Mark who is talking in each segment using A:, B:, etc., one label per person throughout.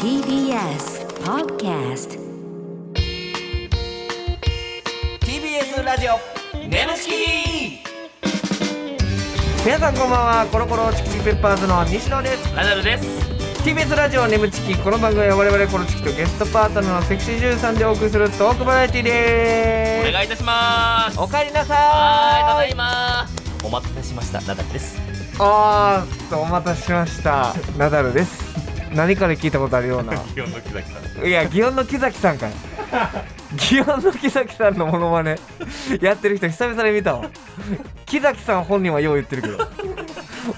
A: TBS Podcast
B: TBS ラジオネムチキ皆さんこんばんはコロコロチキチキペッパーズの西野です
C: ナダルです。
B: TBS ラジオネムチキこの番組は我々コロチキとゲストパートナーのセクシージュさんでお送りするトークバラエティ
C: お
B: で
C: 願いいたします。
B: すおかえりなさーい
C: はーい、ただいまお待たせしました。ナダルです。
B: あーっとお待たせしましたナダ ルです何から聞いたことあるような
C: 基本の木崎さん。
B: いや祇園の木崎さ んかい祇園の木崎さんのモノマネやってる人久々に見たわ木崎さん本人はよう言ってるけど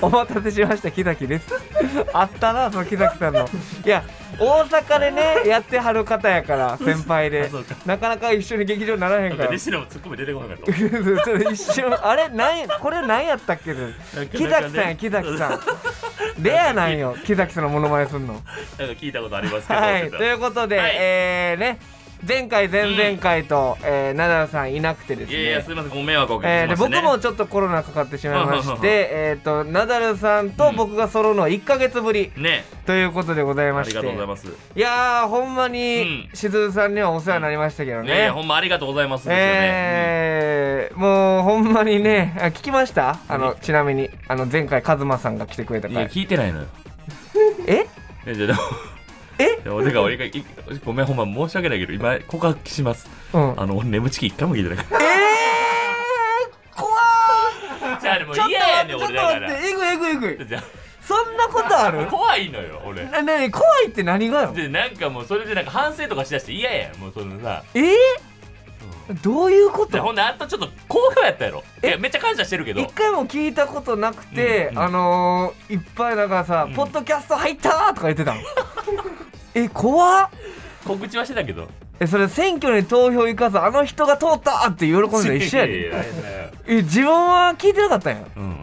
B: お待たせしました木崎ですあったなその木崎さんのいや大阪でねやってはる方やから先輩で
C: そうか
B: なかなか一緒に劇場ならへんから
C: 西野もツッコミ出てこなかっ
B: ち ょっと一瞬あれなんやこれ何やったっけ
C: ね
B: 木崎さんや木崎さんレアなんよ木崎さんのモノマネすんの
C: た。なんか聞いたことありますけど。
B: はい、 ということで、
C: はい
B: えーね、前回、前々回と、えーナダルさんいなくてです
C: いやいや、
B: ね
C: す。みません、ご迷惑をおか
B: え
C: け
B: ー
C: し
B: で
C: ましたね。
B: 僕もちょっとコロナかかってしまいま
C: は
B: し
C: ははは
B: て、えー、とナダルさんと僕が揃うのは1か月ぶり
C: ね、
B: ということでござい
C: あ
B: まし
C: り
B: て、
C: がとうございます。ね
B: いやー、ほんまに
C: うん
B: しずるさんにはお世話になりましたけど
C: え、
B: ね、
C: ほんまありがとうございますですよね。
B: えーもうほんまにね、あ聞きましたあの
C: 何
B: ちなみにあの前回、カズマさんが来てくれた
C: うんい
B: か
C: や、
B: ら。
C: 聞いてないのよ。
B: え
C: え、じゃあでも。
B: え
C: でもてか俺がいごめんほんま申し訳ないけど今告白します
B: うん、
C: あの俺眠ちき一回も聞いてないか
B: えー、怖ー
C: らじゃあでも
B: ちょっと
C: 嫌や
B: 待
C: ねん
B: って、ちょっと
C: 俺だか
B: 待っ
C: ら
B: て、えぐいえぐいえぐい。
C: じゃ
B: そんなこと あ
C: あ
B: る
C: 怖いのよ俺
B: な、なに、怖いって何がよ
C: でなんかもうそれでなんか反省とかしだして嫌やんもうそのさ
B: えー、どういうこ
C: でほ
B: と
C: んであんたちょっと好評やったやろい
B: え
C: やめっちゃ感謝してるけど
B: 一回も聞いたことなくて、
C: うんうん
B: あのー、いっぱいなんかさ、
C: うん
B: ポッドキャスト入ったーとか言 ってたのえ、怖っ
C: 告知はしてたけど
B: え、それ選挙に投票行かず、あの人が通ったーって喜んでるの一緒や
C: い
B: で。
C: やいやいや
B: え、自分は聞いてなかったんや。
C: うん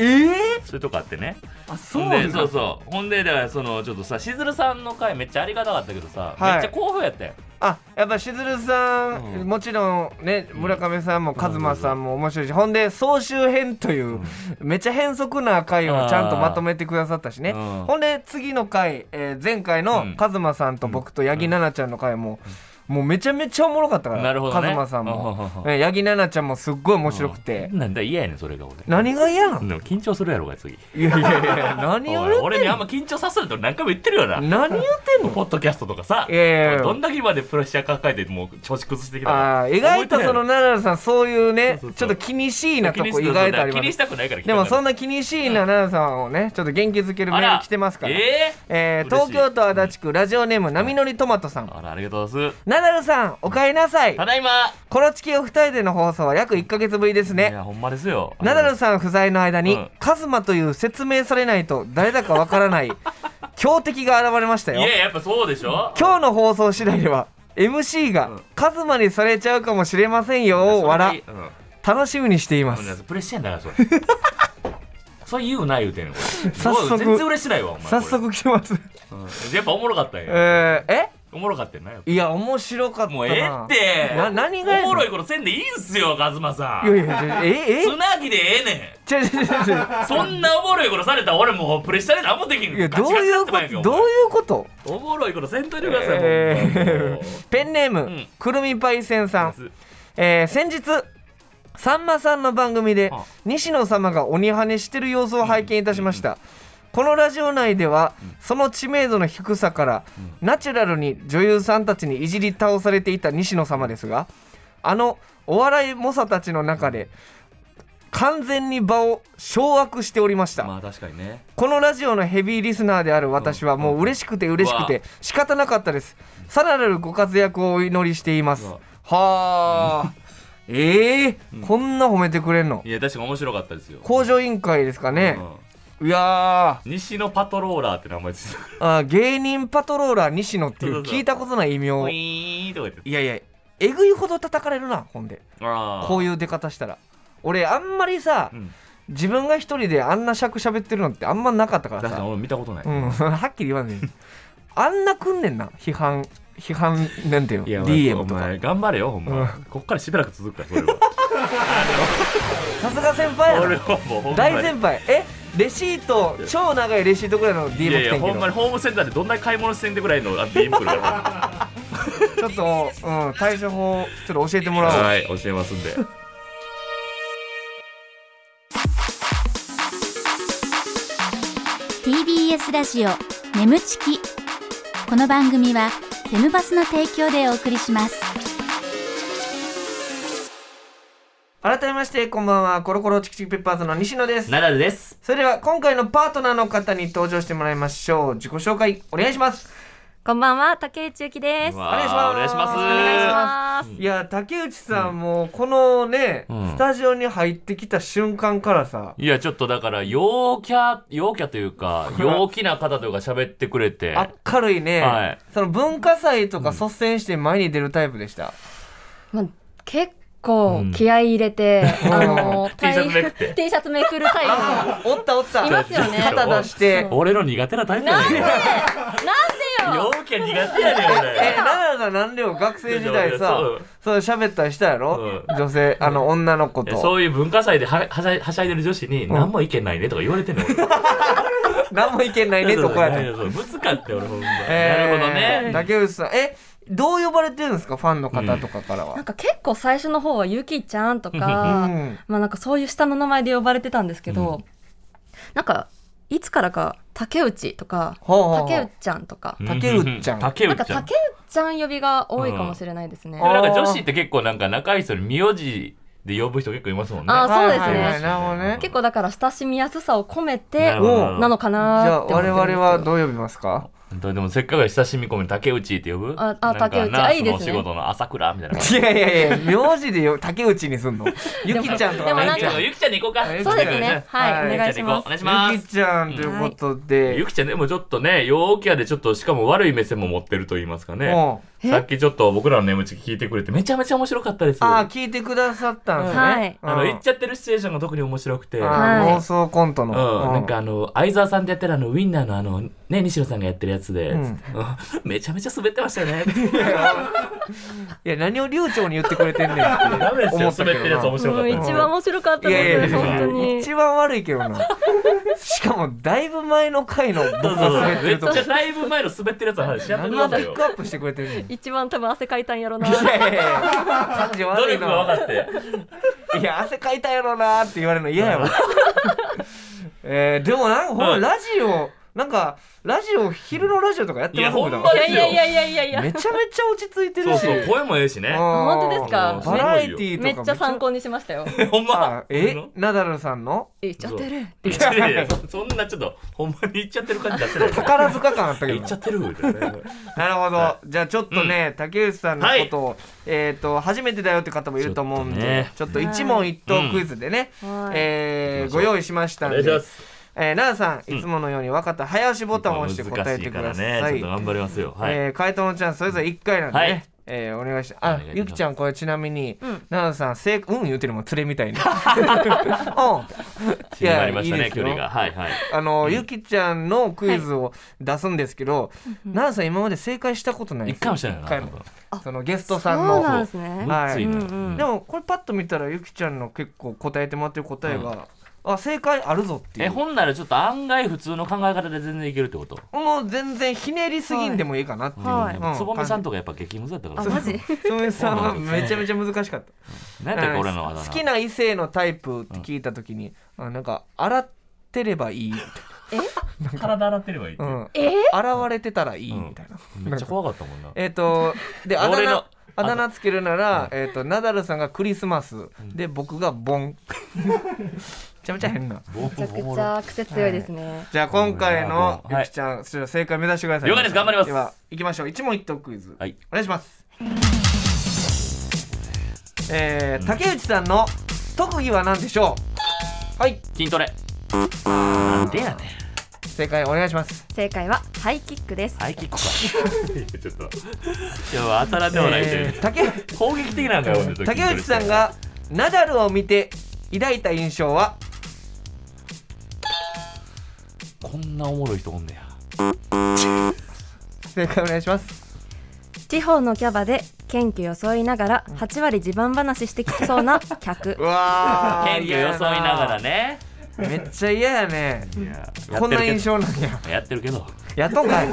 B: えー、
C: そういうとこあってね
B: あ、そ
C: ほ
B: うんな
C: で
B: ん
C: そ
B: だ
C: うそうほんでだからそのちょっとさしずるさんの回めっちゃありがたかったけどさ、
B: はい
C: めっちゃ好評やったよ
B: あやっぱしずるさん、
C: うん
B: もちろんね村上さんもカズマさんも面白いし、ほんで総集編という、めっちゃ変則な回をちゃんとまとめてくださったしね、
C: うん
B: ほんで次の回、えー前回
C: う
B: の
C: ん
B: カズマさんと僕と八木奈々ちゃんの回も、もうめちゃめちゃおもろかったから
C: なるほどね
B: カズマさん
C: うんうんうんう
B: も
C: ん
B: ね八木奈々ちゃんもすっごい面白くて、
C: うんなんだ嫌やねんそれが俺
B: 何が嫌なの
C: でも緊張するやろうが次
B: いやいやいや 何を
C: おい
B: 言っ
C: 俺
B: て
C: に
B: ん
C: あ
B: の
C: んま緊張させると何回も言ってるよな
B: 何言ってんの
C: ポッドキャストとかさ
B: いやいやいや
C: どんだけまでプレッシャー抱えてもう調子崩してきた
B: あ
C: か
B: ー意外とその奈々さんそういうね
C: そうそう
B: ち
C: そ
B: ょ
C: う
B: っと気にしいなと
C: 気に
B: こ
C: し
B: 意外とあり
C: 気
B: ま
C: にし
B: す
C: たくないから
B: でもそん
C: な
B: な気にしいな奈々さんをねちょっと元気づけるメール来てますか
C: え
B: ら
C: ー
B: えー
C: 嬉し
B: 東
C: い
B: 京都足立区ラジオネーム波乗りトマトさん
C: あらありがとうございます
B: ナダルさんおかえりなさい
C: ただいま
B: コロチキを二人での放送は約1ヶ月ぶりです
C: い
B: ね
C: やほんまですよ
B: ナダルさん不在の間に、
C: うん
B: カズマという説明されないと誰だかわから ない強敵が現れました
C: い
B: よ
C: ややっぱそうでしょ
B: 今日の放送次第では MC が、
C: うん
B: カズマにされちゃうかもしれませんよ笑
C: それうん
B: 楽しみにしていま
C: ほん
B: す
C: でプレッシャーやんだから それそう言うな言うてんのこれ
B: 早速
C: もう全然嬉しないわお前これ
B: 早速来てます
C: うんやっぱおもろかったんや
B: えー、え
C: おもろかったんなやっぱ
B: いや面白かったな
C: もうええって
B: な何がやねん
C: おもろいことせんでいいんすよカズマさ
B: いやい
C: ん
B: やいやええ
C: つなぎでええね
B: ちょちょちょちょ
C: んそんなおもろいことされたら俺もうプレッシャーで何もできん
B: いやどういうこ
C: ガチガチになってまうんや
B: と
C: ん
B: どういうこと
C: お前おもろいことせんといてください、
B: え
C: もう
B: ーペンネーム、
C: ん
B: くるみパイセンさん、
C: もう
B: えー先日さんまさんの番組で
C: あ
B: 西野様が鬼跳ねしてる様子を拝見いたしました、このラジオ内では、その知名度の低さから、ナチュラルに女優さんたちにいじり倒されていた西野様ですがあのお笑い猛者たちの中で完全に場を掌握しておりました、
C: まあ確かにね
B: このラジオのヘビーリスナーである私はもう嬉しくて嬉しく
C: う
B: て仕方なかったですさらなるご活躍をお祈りしています
C: うわ
B: は あええこんな褒めてくれんの
C: いや確かに面白かったですよ
B: 工場委員会ですかね
C: うん
B: いや
C: 西のパトローラーって名前です
B: ーあ芸人パトローラー西野っていう
C: そうそうそう
B: 聞いたことない異名
C: ウ
B: をい
C: ィーンとか言って
B: やいやえぐいほど叩かれるなほんで
C: あ
B: こう
C: いう
B: いう出方したら俺あんまりさ
C: ん、
B: 自分が一人であんな尺喋ってるのってあんまなかったから
C: 確か
B: さ
C: に俺見たことない、
B: うん、 はっきり言わんねん。あんなくんねんな、批判、批判、なんていうの、
C: いや、
B: DM
C: お
B: とか。
C: 前頑張れよほんま、
B: う
C: こっからしばらく 続くからそれは
B: さすが先輩や
C: 俺
B: な。
C: はもうほんまに
B: 大先輩。え、レシート超長いレシートぐらいの DM
C: いやい
B: 来
C: や
B: てん
C: ほ
B: け
C: ん
B: ど
C: まにホームセンターでどんな買い物してんでぐらいのあ DM 来る か
B: ちょっと、うん、対処法ちょっと教えても
C: ら
B: らおう
C: はい教えますんで
D: ー TBS ラジオ眠ちきこの番組はテムバスの提供でお送りします
B: 改めましてこんばんはコロコロチキチキペッパーズの西野です
C: ナダルです
B: それでは今回のパートナーの方に登場してもらいましょう自己紹介お願いします
E: こんばんは、竹内ゆきです。お願
C: わあ
B: お
C: お願
B: 願い
C: い
B: し
C: し
B: ま
C: ますす
E: いします。
B: いや竹内さんもこのね、
C: うん
B: スタジオに入ってきた瞬間からさ
C: いやちょっとだから陽キャ陽キャというか陽気な方というか喋ってくれて
B: 明るいね、
C: はい
B: その文化祭とか率先して前に出るタイプでした、
E: まあ、結構気合い入 れて、
B: ん
E: あの
C: T シャツめくって
E: T シャツめくるタイプの。
B: あおったおった
E: いますよね
B: 肩出して
C: 俺の苦手なタイプやねん
E: なんでよ。
C: 陽キャ苦手やねん
B: え
C: 俺
B: 奈良が何でよ学生時代さ
C: そう
B: そう喋ったりしたやろ、
C: う
B: 女性あの女の子
C: いやそ
B: と
C: ういう文化祭でははしゃいはしゃいでる女子に何も意見ないねとか言われてんの俺
B: 何もいけないねとこやね
C: いいそうぶつかって俺ほんま、
B: えー
C: なるほどね
B: 竹内さんえどう呼ばれてるんですかファンの方とかからは、
E: なんか結構最初の方はゆきちゃんと
B: う
E: か、
B: ん
E: まあなんかそういう下の名前で呼ばれてたんですけど、なんかいつからか竹内とか、
B: ほうほうほう
E: 竹内ちゃんとか、
B: 竹内ちゃん
C: 竹
E: なん
C: 内
E: か
C: ちゃん
E: 竹内ちゃん呼びが多いかもしれないですね。
B: うん
C: なんか女子って結構なんか仲いい人に名字で呼ぶ人結構いますもんね
E: あーそうですね
B: はいはいはいなるほどね
E: 結構だから親しみやすさを込め
C: な
E: て
C: るほど
E: なのか
B: じゃ
E: なー
B: あ
E: って思ってるん
B: 我々
E: ですけど
B: はどう呼びますか
C: 本当にでもせっかくやし親しみ込み竹内って呼ぶ
E: ああ
C: なんか
E: 竹内
C: ナース
E: あいいですね
C: のお仕事の朝倉みたいな感じ
B: いやいやいや名字でよ竹内にすんのゆきちゃんとか
E: でも
B: な
E: ないん
B: じゃ
E: か
B: ん
C: ゆきちゃんで行こうか
B: はい
E: そうですね。
B: は
E: はいい、お願いします
C: お。願いしま
B: ゆき
C: す
B: ちゃんということで
C: ゆ、きちゃんでもちょっとね陽キャでちょっとしかも悪い目線も持ってると言いますかね
B: もう
C: さっきちょっと僕らの眠ちき聞いてくれてめちゃめちゃ面白かったです
B: ああ聞いてくださったんですね、
E: はい
B: うん
C: あの言っちゃってるシチュエーションが特に面白くて
B: あー
E: はい
B: 妄想コントの、
C: うん、
B: う
C: なんかあの相沢さんでやってるあのウィンナーのあのね西野さんがやってるやつで、
B: うん
C: つってうん めちゃめちゃ滑ってましたよ ね
B: いや何を流暢に言ってくれてんねんって
C: ダメです
B: 思
C: よ
B: った
C: 滑
B: け
C: ってるやつ
B: ど
C: 面
B: な
C: 白かった
E: うん一番面白かった
B: いや
E: で
B: い
E: す、
B: や
E: 本当
B: いや
E: に。
B: 一番悪いけどなしかもだいぶ前の回の僕
C: そう
B: が
C: そうそう
B: 滑って
C: め
B: る
C: っ
B: と
C: ち
B: こ
C: ゃだいぶ前の滑ってるやつの話やって
B: 何
C: まし
B: をピ
C: た
B: ッ
C: よ
B: クアップしてくれてんねんい
E: 一番多分汗かいたんやろな。
B: やいやいや感じ
C: 努
B: 悪い
C: 力が分
B: な
C: かって
B: いや汗かいたやろなって言われるの嫌やわ えーでもなんかほんま
C: うん
B: ラジオなんかラジオ昼のラジオとかやって
C: い
B: ま
C: や
B: す
C: ほ
B: も
C: ん
B: ん
C: ま
B: め
C: です
B: ち
C: よ
E: いやいやいやいやい
B: ゃ
E: や
B: め。ちゃ落ち着いて
C: そ
B: る
C: う
B: し
C: そう声もええしね
E: 本当ですか
B: バラエティーとか
E: めっちゃ参考にしましたよ。
C: ほんま
B: あえナダルさんの
E: 言っちゃってる。
C: いやいやいやそそんなちょっとほんまに言っちゃってる感じ出して ない
B: 宝塚感あったけど
C: 言っちゃって るみたいなね
B: なるほど、
C: は
B: じゃあちょっとね、竹内さんのことを、えっ、と初めてだよって方もいると思うんでちょ,、
C: ち
B: っと一問一答クイズでね、
E: はい
B: え
C: 行
B: ー
C: きましょ
B: ご
C: う
B: 用意しまし
C: お
B: たん
C: 願いし
B: で
C: ます
B: えー奈良、さんいつものように分かったら早押しボタンを押して答えてくださ
C: 難し
B: い
C: いからねちょっと頑張りますよはい、
B: えー回答のチャンスそれぞれ1回なんでね、
C: はい
B: えーお願いして
C: お
B: あ
C: 願いします
B: ゆきちゃんこれちなみに奈良、さんせいうん言うてるもん連れみた いにうんい
C: 縮まりましたね
B: いいです
C: 距
B: よ
C: 離がはいはい
B: あの、ゆきちゃんのクイズを出すんですけど、奈良さん今まで正解したことない
C: 一回もしてない
B: 一回
C: な
B: も
C: 多分
B: そのゲスト
E: そ
B: さん
E: う
B: の
E: なんですね。
B: はい
C: むっついな
E: うんうん
B: でもこれパッと見たらゆきちゃんの結構答えてもらってる答えが、あ正解あるぞってい
C: え
B: う
C: 本ならちょっと案外普通の考え方で全然いけるってこと
B: もう全然ひねりすぎんでもいいかなっていう、
E: はい
C: うんつぼみさんとかやっぱ激ムズだったから
E: あ、
C: さ
E: マジ。
B: つぼみさんはめちゃめちゃ難しかった
C: 何やったっけ俺のあだ名
B: 好きな異性のタイプって聞いた時に、あなんか洗ってればいい、
C: 体洗ってればいいって
B: うん、
E: え
B: 洗われてたらいいみたいな、
C: めっちゃ怖かったもんな
B: えっ、 とであだ
C: 俺の
B: 名あだ名つけるなら、えっとナダルさんがクリスマス、で僕がボンめちゃめちゃ変な
C: め
E: めちゃくちゃ癖強いですね。
B: じゃあ今回の
C: はい
B: ゆきちゃん、それでは正解目指してください。
C: 了解です頑張ります
B: では行きましょう。一問一答クイズ。
C: はい
B: お願いします。えー、竹内さんの特技は何でしょう。はい、
C: 筋トレなんでやねん
B: 正解お願いします。
E: 正解はハイキックです。
C: ハイキックかちょっといや当たらんでもない
B: え
C: で
B: ー竹
C: 攻撃的なんかよ本当に
B: 竹内さんがナダルを見て抱いた印象は。
C: こんなおもろい人おんねや
B: 正解お願いします。
E: 地方のキャバで謙虚装いながら8割自慢話してきそうな客
B: う。わ
C: 謙虚装いながら
B: ね。
C: ね
B: めっちゃ嫌やね
C: いやや
B: こ
C: って
B: んな
C: る
B: 印
C: けど
B: 象なんや
C: やってるけど
B: やっとんかい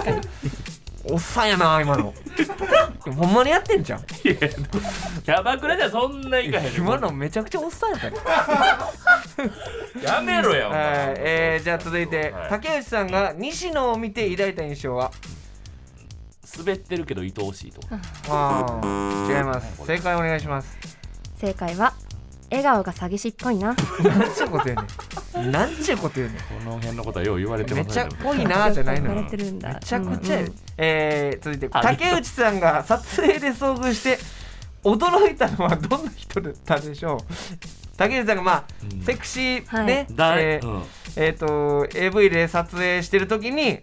B: おっさんやな今 のほんまにやってんじゃん
C: いやキャバクラじゃそんないかへんねん
B: 今のめちゃくちゃおっさんやったね
C: やめろやお
B: はい
C: 前、
B: えー、じゃあ続いて、
C: はい
B: 竹内さんが西野を見て抱いた印象は
C: 滑ってるけど愛おしいとか
B: あー違います正解お願いします
E: 正解は笑顔が詐欺師っぽいな
B: なんちゅうこと言うねん なんちゅうこと言うね
C: この辺のことはよう言われて
B: ん
C: ま
B: め
C: す
B: ちゃっぽいなーじゃないのよ
E: バレ
B: め
E: てるんだめ
B: ちゃくちゃやで、えー、続いて
C: あ
B: 竹内さんが撮影で遭遇して驚いたのはどんな人だったでしょう竹内さんがまあ、
C: うん
B: セクシー
E: はい
B: ね、
C: だ
B: えー
C: うん
B: えー、と AV で撮影してる時に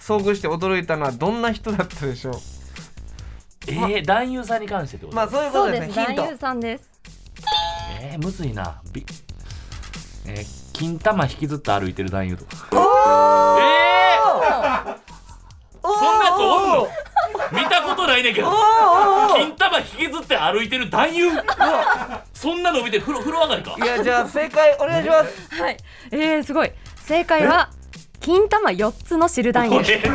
B: 遭遇して驚いたのはどんな人だったでしょう
C: えー、男優さんに関してってこと
B: まあそういうこ
E: そ
B: と
E: う
B: です
E: で
B: ね
E: す
B: ヒン
E: 男優
B: ト
E: さんです
C: えー、むずいなびえー、金玉引きずって歩いてる男優とかえー、そんなやつおん
B: おーお
C: の
B: ー
C: 見たことないねんけど
B: おーおー
C: 金玉引きずって歩いてる男優そんなの見て風呂風呂上がりか
B: いやじゃあ正解お願いします
E: はいえー、すごい正解は金玉四つの汁男
C: おれん
E: 優
C: って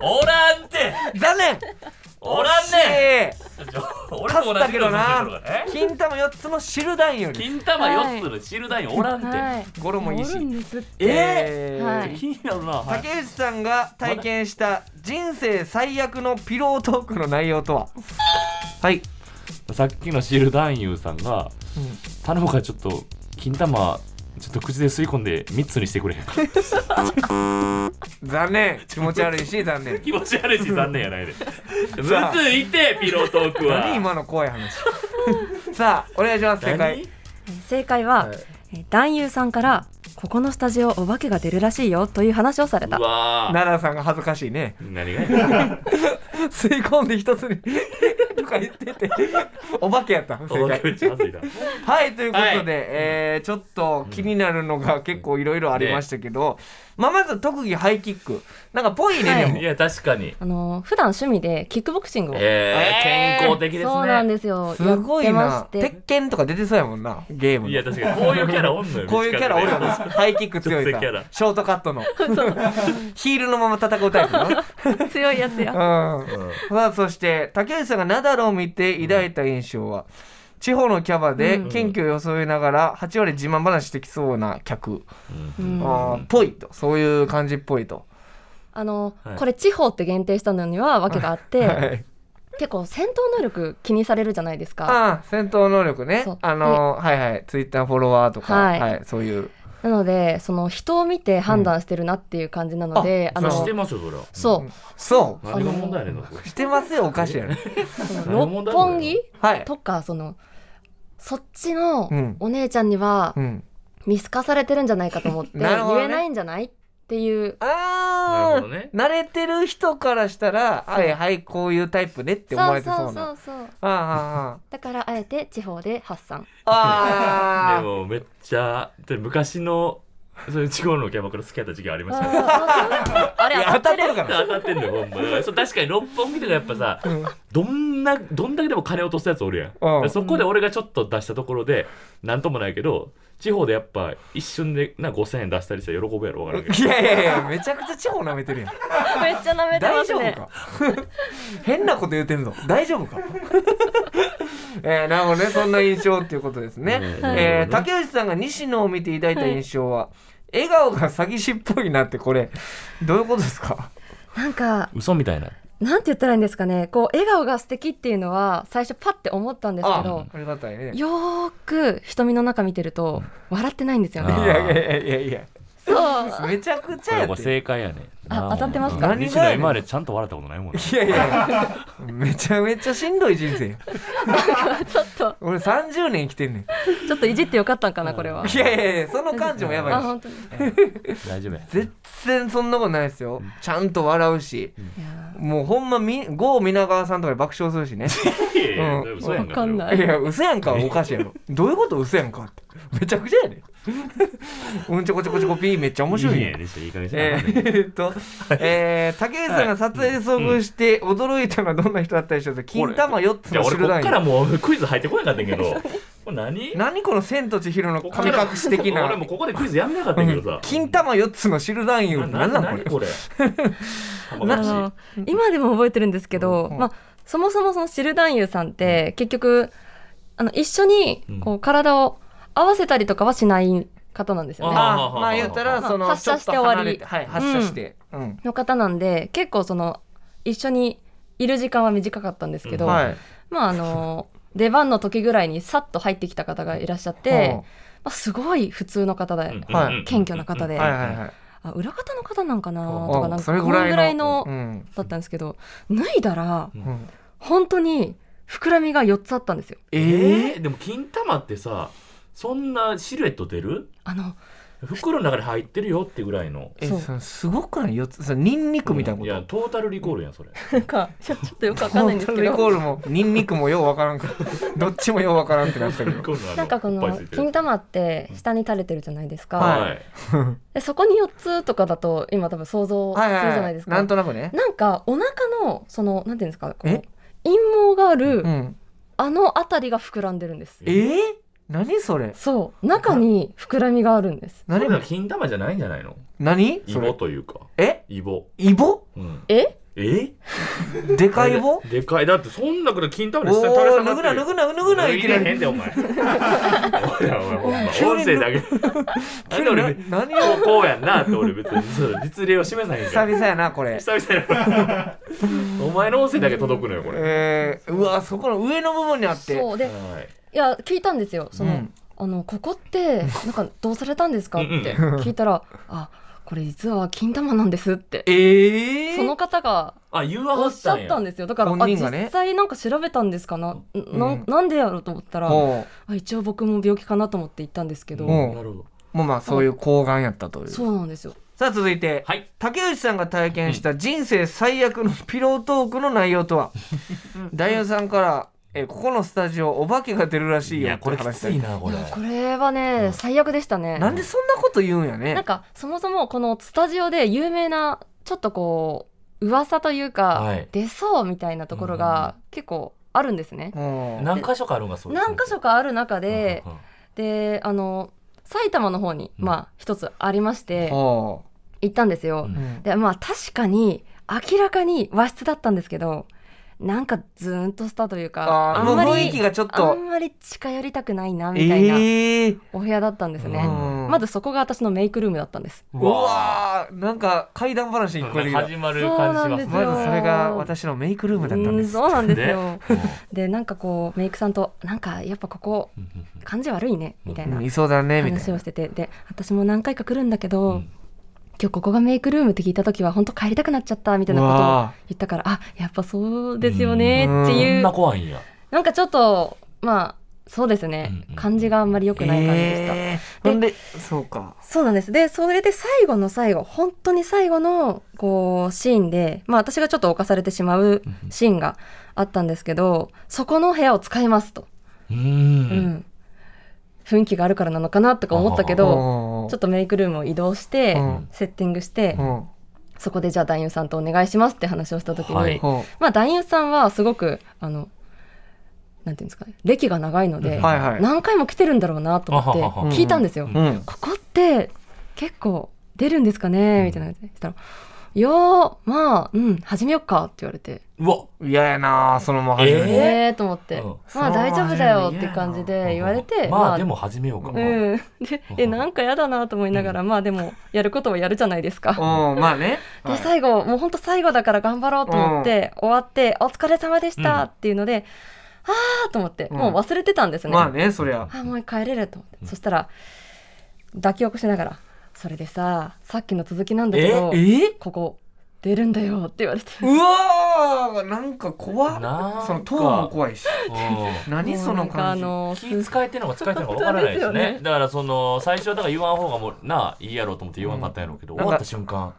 C: おらんって
B: 残念
C: おらんね
B: ね
C: んちょ俺と同じこと
B: 勝
C: す
B: っ
C: るからね
B: 金玉4つの汁男優です
C: 金玉4つの汁男優おらんって、
E: はい
B: 語呂もいいし
E: おるんですって
C: え
B: えー
E: は
C: ー、
E: い
C: 気になるな、はい、
B: 竹内さんが体験した人生最悪のピロートークの内容とははい、
C: さっきの汁男優さんが
B: うん
C: 頼むからちょっと金玉ちょっと口で吸い込んで3つにしてくれへん か
B: 残念気持ち悪いし残念
C: 気持ち悪いし残念やない で3ついてピロートーク
B: 何
C: は
B: 今の怖い 話さあお願いします正解
E: 正解は、
B: はい
E: えー男優さんからここのスタジオお化けが出るらしいよという話をされた
C: うわー
B: 奈良さんが恥ずかしいね
C: 何がや
B: 吸い込んで一つに とか言っててお化けやった正
C: お
B: 解
C: めっちゃ恥ずいな
B: はいということで、
C: はい
B: えーちょっと気になるのが結構いろいろありましたけど、まあ、まず特技ハイキックなんかぽいね、
E: は
B: で
E: い
B: も
C: いや確かに
E: あのー普段趣味でキックボクシングを、
C: えー、健康的ですね
E: そうなんですよ
B: すごい
E: や
B: な
E: っ。てまして
B: 鉄拳とか出てそうやもんな、ゲームの
C: いや確かにこういうキャラおんのよ
B: こういうキャラおるよね。ハイキック強 いさ
C: 女性キャラ。
B: ショートカッ トの。ヒールのまま戦うタイプの。
E: 強いやつや
B: うん。さあ、そして、竹内さんがナダルを見て抱いた印象は、地方のキャバで謙虚を装いながら8割自慢話してきそうな客。
E: うん
B: あーぽいと。そういう感じっぽいと。
E: あのー
C: はい
E: これ地方って限定したのには訳があって、
B: はい。
E: 結構戦闘能力気にされるじゃないですか
B: ああ、戦闘能力ね
E: そう。
B: あのー、はいはい。ツイッターフォロワーとか、
E: はい
B: はい。そういう。
E: なのでその人を見て判断してるなっていう感じなので、
B: あ
E: あ
C: ま
E: の
C: あ
E: ー
C: してますよそれは
E: そう
B: そ
C: 何が問題やねんな
B: う。してますよ、おかしい やろ。
E: そ
C: 何
E: の
C: の問
E: 六
C: 題なの
E: 本木
B: はい。
E: とかそのそっちの
B: うん
E: お姉ちゃんには
B: うん。
E: 見透かされてるんじゃないかと思って言
B: なるほどね
E: えないんじゃないっていう
B: あ
C: な
B: あ、
C: るほどね
B: 慣れてる人からしたら、はいはい、こういうタイプねって思われてそうな。
E: そうそうそうそう
B: あ
E: だからあえて地方で発 散
B: あ、ああ、あ
C: で
B: あ。
C: もめっちゃで昔のそういう地方のキャバクラ好きやった時期ありましたね
E: あ
B: い
E: れ
B: や、
E: 当
B: 当た
E: た
B: って
E: っ
B: て
E: る
B: るから。
C: 当たってんのよほんまだからそう確かに六本木とかやっぱさ、
B: ん
C: どんなどんだけでも金落とすやつおるやん、だからそこで俺がちょっと出したところでなんともないけど地方でやっぱ一瞬でな5000円出したりしたら喜ぶやろわからんけど
B: いやいやいや、めちゃくちゃ地方舐めてるやん。
E: めっちゃ舐めてま
B: 大
E: す
B: 丈夫
E: ね
B: か 変なこと言うてんぞ。大丈夫か えー、なるほどね。そんな印象っていうことですね。
C: うん
B: えー、竹内さんが西野を見て抱いた印象は、笑顔が詐欺師っぽいなって、これ、どういうことですか
E: なんか
C: 嘘みたいな
E: なんて言ったらいいんですかねこう笑顔が素敵っていうのは最初パッて思ったんですけど
B: あありがたいね。い
E: よーく瞳の中見てると笑ってないんですよ
C: あ
E: ね
B: やいやいやいやいや。
E: そう
B: めちゃくち
C: そ
B: ゃ
C: れ
B: や
C: も
B: って。
C: 正解やね
E: あ当たってます
B: か
C: うん西野今までちゃんと笑ったことないもんね
B: いやいや、めちゃめちゃしんどい人生よ。
E: ちょっと
B: 俺30年生きてんねん。
E: ちょっといじってよかったんかなこ れはい
B: やいやいや、その感じもやば
E: あ
B: いし。
E: 本当にい
C: 大丈夫や
B: 全然そんなことないですよ。ちゃんと笑うし。
E: や
B: もうほんまみ、郷皆川さんとかで爆笑するしね。
C: いやいや
B: うん
C: 嘘やん
E: わかんない
B: いや、嘘やんかはおかしいやろ。どういうこと嘘やんかって。めちゃくちゃやねん。 うんちょこちょこちょこピーめっちゃ面白い
C: いい
B: ね
C: ね。西野いい加減にしな
B: えー、っと、えー、竹内さんが撮影で遭遇して驚いたのはどんな人だったでしょうか、金玉4つ
C: じゃあ
B: の
C: 俺
B: 汁
C: こ
B: だ
C: っ
B: ん
C: からもうクイズ入ってこなかったんやけどこれ何
B: 何この「千と千尋」の神隠し的な
C: 俺もうここでクイズやめなかったけどさ
B: 金玉4つの汁男優
C: な
B: 何
C: な
B: なんこ
C: 何
B: れ
C: これ
E: あ
C: 玉隠
E: の今でも覚えてるんですけど、
B: うん
E: まあ、そもそもそのシルダンユさんって結局あの一緒にこう体を合わせたりとかはしない方なんですよね。
C: あ
B: あまあ言ったらその
E: 発射して終わり
B: ちょっと離れてはい発射してうん
E: の方なんで結構その一緒にいる時間は短かったんですけど、
C: うん
B: はい
E: まあ あの出番の時ぐらいにさっと入ってきた方がいらっしゃって、まあ、すごい普通の方で、
C: し
B: はい
C: うん
E: 謙虚な方で、
B: うんはいはいはい
E: あ裏方の方なんかな
C: うん
E: とかなん
B: うん
E: か
B: そ
E: こ
B: れぐ
E: のぐ
B: らいの
E: らいの
B: うん
E: だったんですけど脱いだら
B: うん
E: 本当に膨らみが4つあったんですよ。
B: え
C: え
B: ー
C: ー、でも金玉ってさそんなシルエット出る
E: あの
C: 袋の中に入ってるよってぐらいの
B: え
E: そう
B: それすごくない四つそれニンニクみたいなこ
C: いや
B: と
C: トータルリコールやんそれ
E: なんかいやちょっとよくわかんないんですけ
B: リコ
E: ど
B: ールもニンニクもようわからん からどっちもようわからんってなったけど
E: なんかこの
C: 玉
E: 金玉って下に垂れてるじゃないですか、
B: はい
E: でそこに4つとかだと今多分想像する
B: は
E: じ
B: いはい
E: ゃ
B: は
E: ない
B: い
E: ですか、
B: なんとなくね
E: なんかお腹のそのなんていうんですかこの
B: え
E: 陰毛がある、
B: うん
E: あの辺りが膨らんでるんです
B: えー何それ
E: そう中に膨らみがあるんです
C: それ
B: 何
C: が金玉じゃないんじゃないの
B: 何
C: イ
B: そ
C: ボ
B: れ
C: というか
B: え
C: イボ、
B: イボ
C: うん、
E: え
C: え
B: でかいイボ
C: でかいだってそんなくらい金玉
B: お
C: で下に垂れ下
B: ー脱
C: がって
B: ぐな
C: る
B: 脱ぐな脱ぐない
C: い
B: きな
C: れ
B: り
C: へんでお前 おいおいおい音
B: 急に
C: 声だけなんで俺別に
B: な何
C: こ
B: を
C: うこうやんなって俺別にそう実例を示さへんか
B: 久
C: ら
B: 々やな これ
C: 久 々にお前の音声だけ届くのよこれ、
B: えー、うわそこの上の部分にあって
E: そうで
C: はい
E: いや聞いたんですよその、
B: うん
E: あのここってなんかどうされたんですかっ
C: うんうん
E: て聞いたらあこれ実は金玉なんですって
B: ええー、
E: その方が
C: あ言わ
E: お
C: は
E: っ
C: っ
E: しゃ
C: た
E: っ
C: ん
E: た
C: や
E: んですよだから、
B: 本
E: あ
B: 人がね
E: 実際なんか調べたんですかな、んな
B: うん
E: ん、なんでやろうと思ったら、
B: ほ
E: あ一応僕も病気かなと思って行ったんですけど、
B: うん
C: なるほど
B: うもうまあそういう睾丸やったという
E: そうなんですよ
B: さあ続いて、
C: はい
B: 竹内さんが体験した人生最悪のピロートークの内容と は大優さんから、えーここのスタジオお化けが出るらしい
C: い
B: よ
C: や
B: って
C: これき
B: 話し
C: つ
B: た
C: いなこ
E: い
C: れ
E: やこれはね、
C: うん
E: 最悪でしたね
B: なんでそんなこと言うんやね
E: なんかそもそもこのスタジオで有名なちょっとこう噂というか、
C: はい
E: 出そうみたいなところが結構あるんですね。
B: うん
C: 何箇所かあるんかそういう
E: 何箇所かある中
C: うんうんうん
E: で、であの埼玉の方に、
C: うん
E: まあ一つありまして
B: ほ
E: 行ったんです
B: う
E: よ。
B: うん
E: でまあ確かに明らかに和室だったんですけどなんかズーンとしたというか
B: あ
E: あ
B: あ
E: んま
B: の雰囲
E: り
B: 気がちょっ
E: あ
B: と
E: んまり近寄りたくないなみたいな
B: ええー
E: お部屋だったんです
B: う
E: ね。
B: ん
E: まずそこが私のメイクルームだったんです。
B: うわーなんか怪談話に聞こえるけど
C: 始まる感じします
E: そう
B: ま
E: なんで
B: ずそれが私のメイクルームだったん
E: う
B: で
E: ん
B: す
E: そうなんですよ。
C: うん
E: でなんかこうメイクさんとなんかやっぱここ
C: うんうん
E: 感じ悪いねみたい
B: うん
E: ない
B: そうだねみたい
E: 話
B: な
E: をしててで私も何回か来るんだけ
C: う
E: ど、
C: ん
E: 今日ここがメイクルームって聞いた時は本当帰りたくなっちゃったみたいなことを
B: わ
E: 言ったからあやっぱそうですよねって
C: そ
E: い
C: ん
E: う
C: な怖いんや
E: なんかちょっとまあそうですね
C: うん
E: 感じがあんまり良
B: ー
E: くない感じでした、
B: えーほんでそうか
E: そうなんですでそれで最後の最後本当に最後のこうシーンでまあ私がちょっと侵されてしまうシーンがあったんですけどそこの部屋を使いますと。
C: うん
E: うん、雰囲気があるからなのかなとか思ったけど
B: ど
E: ちょっとメイクルームを移動して、
B: うん
E: セッティングして、
B: うん
E: そこでじゃあ男優さんとお願いしますって話をした時に、
C: はい
B: ほ
E: まあ男優さんはすごくあのなんていうんですかね歴が長いので、
B: うはいはい
E: 何回も来てるんだろうなと思
C: あはは
E: っ
C: は
E: て聞いたんですよ。
C: うん
B: うん
E: ここって結構出るんですかねみたいな感じでしたら「いやーまあうん始めよっか」って言われて
C: うわ
B: 嫌やなあそのまま
E: 「
C: え
E: えー?」と思って
C: うん
E: 「まあ大丈夫だよ」って感じで言われて
C: まあでも始めようか
E: うん、でえなんかやだなと思いながら、まあでもやることはやるじゃないですか。
B: うんまあね
E: で最後もうほんと最後だから頑張ろうと思って、終わって「お疲れ様でした」っていうので「ああ」と思って、
B: うん
E: もう忘れてたんですね。
B: まあねそりゃ
E: あもう帰れると思って、そしたら抱き起こしながら「それでささっきの続きなんだけど
B: え
E: ここ出るんだよ」って言われて。
B: うわーなんか怖
C: なん
B: っ
C: か
B: そのトーンも怖いし何その
E: もうなんかあ
B: 感じ
E: の
C: 気使えてんのか使えてんのかわからないです
E: 本当です
C: ね
E: よね
C: だからその最初はだから言わん方がもうなあいいやろうと思って言わんかったんやろうけど、
B: うん
C: 終わった瞬間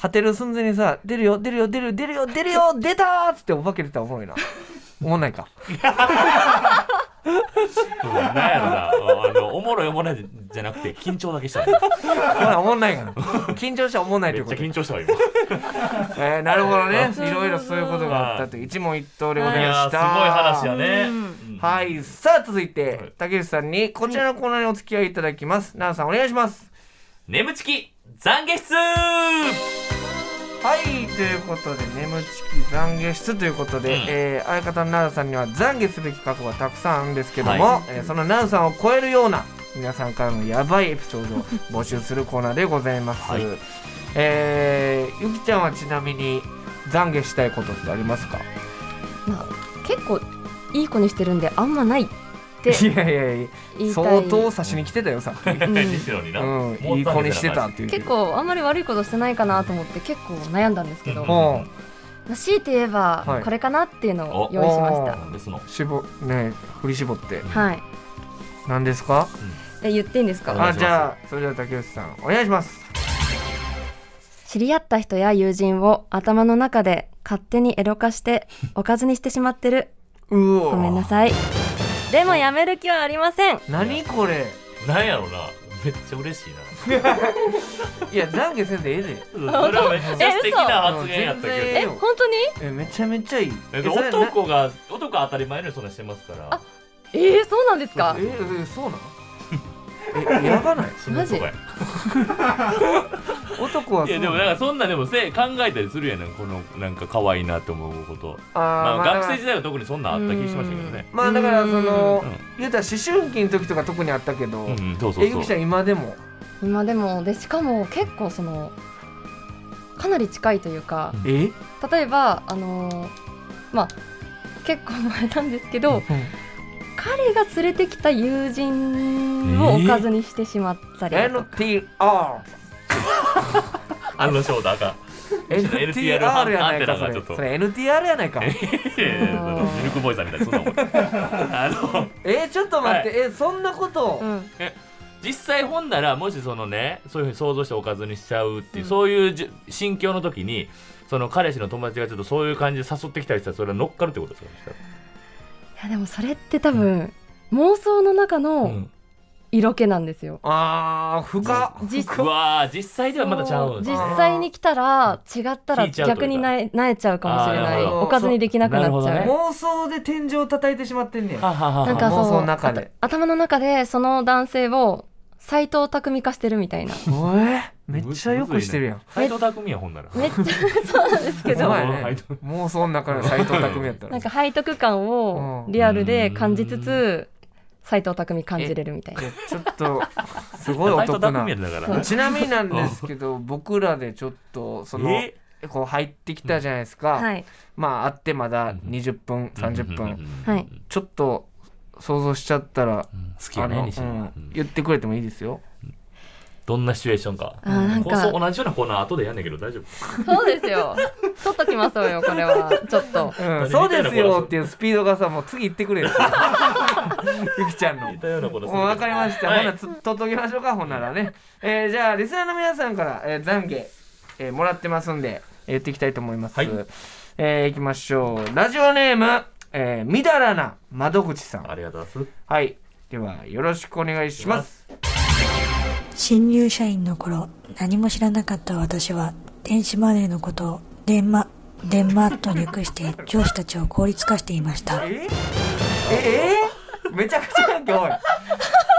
B: 果てる寸前にさ出るよ出るよ出るよ出るよ出るよ出たーっつってお化け出たらおもろいなおもんないか
C: うんなんやろなあのおもろいおもろいじゃなくて緊張だけしためっ
B: ほらおもんないから緊張したらおもんないという
C: ち
B: こ
C: ゃ
B: とで
C: 緊張したわ今
B: えーなるほどね
E: そうそうそ
B: い
E: う
B: ろいろそういうことがあったという一問一答でございま
C: いやー
B: し
C: す
B: た
C: ごい話やね、
E: うん
C: うん
B: はいさあ続い
C: は
B: て
C: い
B: 竹内さんにこちらのコーナーにお付き合いいただきます奈々さんお願いします
C: 眠ちき懺悔室
B: はいということで眠ちき懺悔室ということで、
C: うん
B: えー相方の奈々さんには懺悔すべき過去がたくさんあるんですけども、
C: は
B: えーその奈々さんを超えるような皆さんからのやばいエピソードを募集するコーナーでございます、
C: はい
B: えーゆきちゃんはちなみに懺悔したいことってありますか
E: まあ、結構いい子にしてるんであんまないって
B: いやいやいや
E: 言いた
B: 相
E: い
B: 当差しに来てたよさ っき、う
C: 西野にな、
B: ん、
C: もう
B: いい子にしてたっていう
E: 結構あんまり悪いことしてないかなと思って結構悩んだんですけど、
C: うん
E: ま
B: も
E: あ強いて言え
B: は
E: ば
B: い
E: これかなっていうのを用意しまし
B: お
E: た
C: なんですの
B: う絞ね振り絞って
E: はい
B: 何ですか
E: え言っていいんです
C: お
E: か
C: 願い
B: あ
C: します
B: じゃあそれでは竹内さんお願いします
E: 知り合った人や友人を頭の中で勝手にエロ化しておかずにしてしまってる
B: うお
E: ごめんなさいでもやめる気はありません
B: 何これ
C: なんやろなめっちゃ嬉 しいな
B: いや懺悔せんでええで
C: それはめっちゃ素敵な発言やったけど
B: え嘘
E: え
B: よ
E: 本当に
B: えめちゃめちゃいい
C: えでも
B: それな
C: 男が男は当たり前のようにそんなしてますから
E: あえー、そうなんですか
B: ええ そうなのえやばない
C: 死ぬとかや
B: 男はそう
C: いやでもなんかそんなでもせ考えたりするやんこのなんか可愛いなって思うこと、
B: あー
C: ま
B: ま
C: あ、
B: あ
C: 学生時代は特にそんなんあった気がしましたけどね
B: まあだからその
C: うん
B: 言うたら思春期の時とか特にあったけど、
C: うん、うん、そうそう
B: えゆき
C: そ
B: ちゃ
C: うん
B: 今でも
E: 今でもでしかも結構そのかなり近いというか
B: え、うん
E: 例えばあのーまあ結構前なんですけど彼が連れてきた友人をおかずにしてしまったりだとか、
B: NTR
C: あのショーだが
B: NTR やないかそ
C: ちょ
B: れ
C: っと
B: それ NTR やないか
C: ミルクボーイさんみたいなそんなもんあ の
B: えちょっと待って、えそんなこと、
E: うん、
C: 実際本ならもしそのねそういうふうに想像しておかずにしちゃうっていう、
E: うん
C: そういうじ心境の時にその彼氏の友達がちょっとそういう感じで誘ってきたりしたらそれは乗っかるってことですよね
E: いやでもそれって多分、妄想の中の色気なんですよ、
B: ああ深っ
E: 実
C: うわー実際ではまだちゃうんです
E: 実
C: ね
E: 際に来たら違ったら
C: 聞いちゃうというか
E: 逆になえなえちゃうかもしれ
C: あーな
E: ない
C: る
B: ほど
E: おかずにできなくなっちゃう
C: そうなるほどね
B: 妄想で天井叩いてしまってんねや
C: ははは
E: なんか
B: 妄
E: そ
B: 想
E: う
B: の中で
E: あた頭の中でその男性を斎藤匠化してるみた いな
B: おえめっちゃよくしてるやん
C: 斎藤匠やほんなら
E: めっちゃそうなんですけ
B: お
E: ど
B: 前
C: はい
B: ね妄想の中の斎藤匠やったら
E: なんか背徳感を
B: うん
E: リアルで感じつつ斎藤匠感じれるみたい
B: い
E: な
B: やちょっとすごいお
C: 斎藤
B: 得な
C: 匠やだか
E: そう
C: ら
B: ちなみになんですけ ど僕らでちょっとその
C: え
B: こう入ってきたじゃないですか、
E: はい
B: まあ会ってまだ
C: うん
B: 20分30分、
E: はい
B: ちょっと想像しちゃったら、
C: うん好き
B: あ
C: やね
B: の、
C: 西
B: う
C: 野
B: ん
C: うん
B: 言ってくれてもいいですよ。
C: どんなシチュエーションか
E: あーなん
C: こうそう
E: か
C: 同じようなコーナー後でやんねんけど大丈夫
E: そうですよ取っときましょうよこれはちょっと
B: うん、そうですよっていうスピードがさもう次行ってくれる ゆきちゃんの
C: 似。たようなことする
B: もう分かりました、
C: はい
B: ほなつ取っときましょうかほんならね、えーじゃあリスナーの皆さんから、えー、懺悔、えーもらってますんで、えー言っていきたいと思います、
C: はい
B: えーいきましょうラジオネーム、えーみだらな窓口さ
C: あ
B: ん
C: りがとうございます
B: はいではよろしくお願いします
F: 新入社員の頃何も知らなかった私は電子マネーのことをデンマデンマーと略して上司たちを効率化していました
B: えええーめちゃくちゃやんけおいあ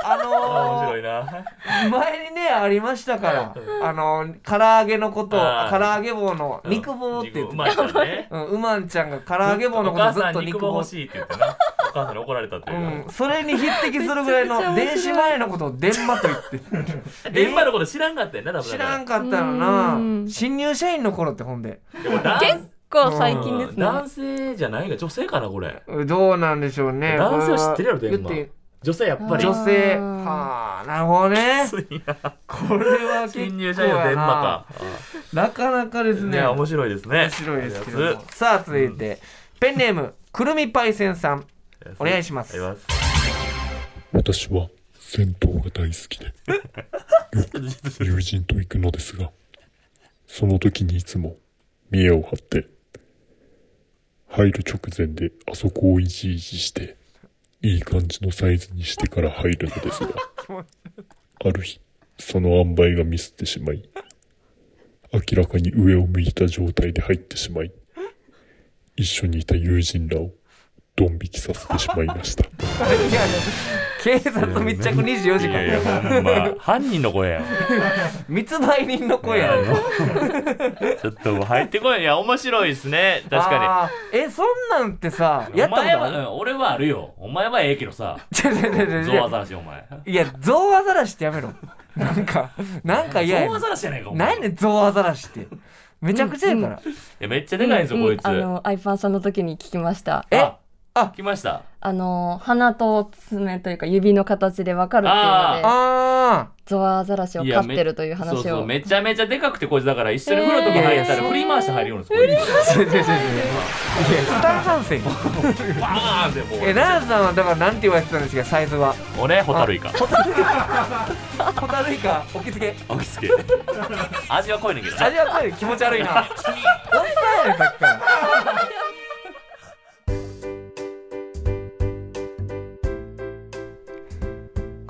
C: あー面
B: の
C: 白いな
B: ー前にねありましたからあのー唐揚げのこと
C: あ
B: 唐
C: ー
B: 揚げ棒の肉棒って言って
C: うまいからね
B: うん、うまんちゃんが唐揚げ棒
C: お
B: のこと
C: 母
B: ず
C: さ
B: っ
C: ん
B: と
C: 肉
B: 肉
C: 棒
B: 棒
C: 欲しいって言ってなお母さんに怒られたっていう
B: う
C: か
B: ん、それに匹敵するぐら いの電子マネーのことを電マと言って
C: 電波のこと知らんかったよな多分
B: 知らん
C: ん
B: かったよな
E: うん
B: 新入社員の頃ってほんで
C: でも男
E: 結構最近ですね
C: 男性じゃないが女性かなこれ
B: どうなんでしょうね
C: 男性は知ってるやろ
B: これは
C: 電マ
B: 言って
C: 女性やっぱり
E: あ
B: 女 性
E: あー
B: はあなるほどねこれは 結構やな
C: 新入社員の電波か
B: なかなかです
C: ね
B: ね
C: 面白いですね
B: 面白いですけど
C: ありが
B: も
C: とう
B: さあ続いてペンネームくるみパイセンさんお願いします
C: ございます
G: 私は銭湯が大好きで、友人と行くのですが、その時にいつも見栄を張って、入る直前であそこをいじいじして、いい感じのサイズにしてから入るのですが、ある日、その塩梅がミスってしまい、明らかに上を向いた状態で入ってしまい、一緒にいた友人らをドン引きさせてしまいました。
B: いや警察密着24時
C: いやいや
B: 間
C: ほんま犯人の声やん
B: 密売人の声や
C: いやあ のちょっともう入ってこいいや面白いですね確か
B: あーえそんなんってさ
C: に
B: やった
C: お
B: こと
C: 前
B: ある
C: はうん俺はあるよお前はええけどさ
B: ちょちょちょちょ
C: ゾウアザラシお前
B: いやゾウアザラシってやめろなんかなんか嫌や
C: ゾウア
B: な
C: ザラシやないかお前
B: 何やねんゾウアザラシってめちゃくちゃやから
C: いやめっちゃでかいんですよこいつ
E: あのアイパンさんの時に聞きました
B: え
C: あ
B: あ
C: 来ました
E: あの鼻と爪というか指の形でわかるっていうので
B: あ
E: ゾワアザラシを
C: いや
E: 飼ってるという話を
C: そうそうめちゃめちゃでかくてこいつだから一緒に風呂とか入ったら振り回して入るようなんですこいつ
B: あ違う違う違う違ういやスタンハンセン
C: バーンってもう
B: えランさんはだからなんて言われてたんですかサイズは
C: 俺ホタルイカ
B: ホタルイカお気付け
C: あきつけ味は濃いねんけど
B: 味わってる気持ち悪いなおっさんやねんさっきから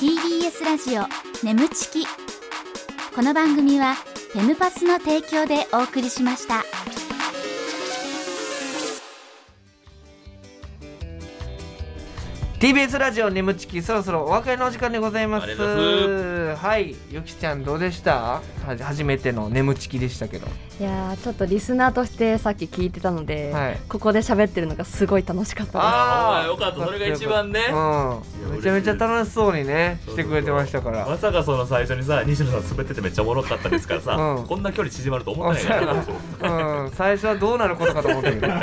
D: TBS ラジオ眠ちきこの番組はフェムパスの提供でお送りしました
B: うん TBS ラジオ眠ちきそろそろお別れのお時間でございます
C: ありがとうござ
B: はいゆきちゃんどうでしたはじ初めての眠ちきでしたけど
E: いやーちょっとリスナーとしてさっき聞いてたので、
B: はい
E: ここで喋ってるのがすごい楽しかった
C: あーよかったそれが一番ね
B: うん
C: いや
B: めちゃめちゃ楽しそうにねしてくれてましたから
C: まさかその最初にさ西野さん滑っててめっちゃおもろかったですからさ、
B: うん
C: こんな距離縮まると思ってないから
B: うん、最初はどうなることかと 思ったけどはい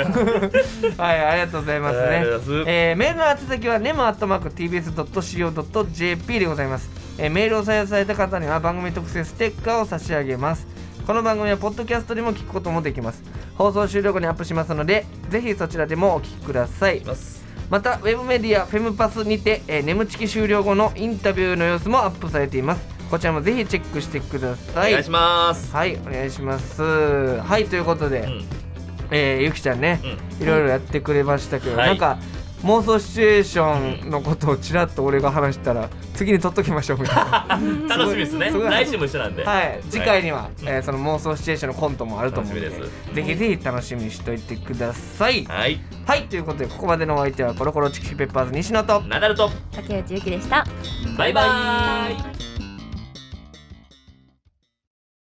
B: ありがとうございますね
C: ありがとうございます
B: えーメールの宛先は nemo.tbs.co.jp でございます、えーメールを採用された方には番組特製ステッカーを差し上げますこの番組はポッドキャストでも聞くこともできます放送終了後にアップしますのでぜひそちらでもお聞きくださいまたウェブメディアフェムパスにて、えー、眠ちき終了後のインタビューの様子もアップされていますこちらもぜひチェックしてくださ
C: お
B: い
C: 願いします、
B: はいお願いしますはいということで、
C: うん
B: えーゆきちゃんね、いろいろやってくれましたけど、
C: はい
B: なんか妄想シチュエーションのことをちらっと俺が話したら次に取っときましょうみたい な
C: 楽しみですね
B: すごい
C: 来週も一緒なんで、
B: はい次回には、えーその妄想シチュエーションのコントもあると思うので
C: 楽しみです
B: ぜひぜひ楽しみにしておいてくださいはい、
C: はい
B: ということでここまでのお相手はコロコロチキチキペッパーズ西野と
C: ナダルと
E: 竹内ゆきでした
C: バイバイ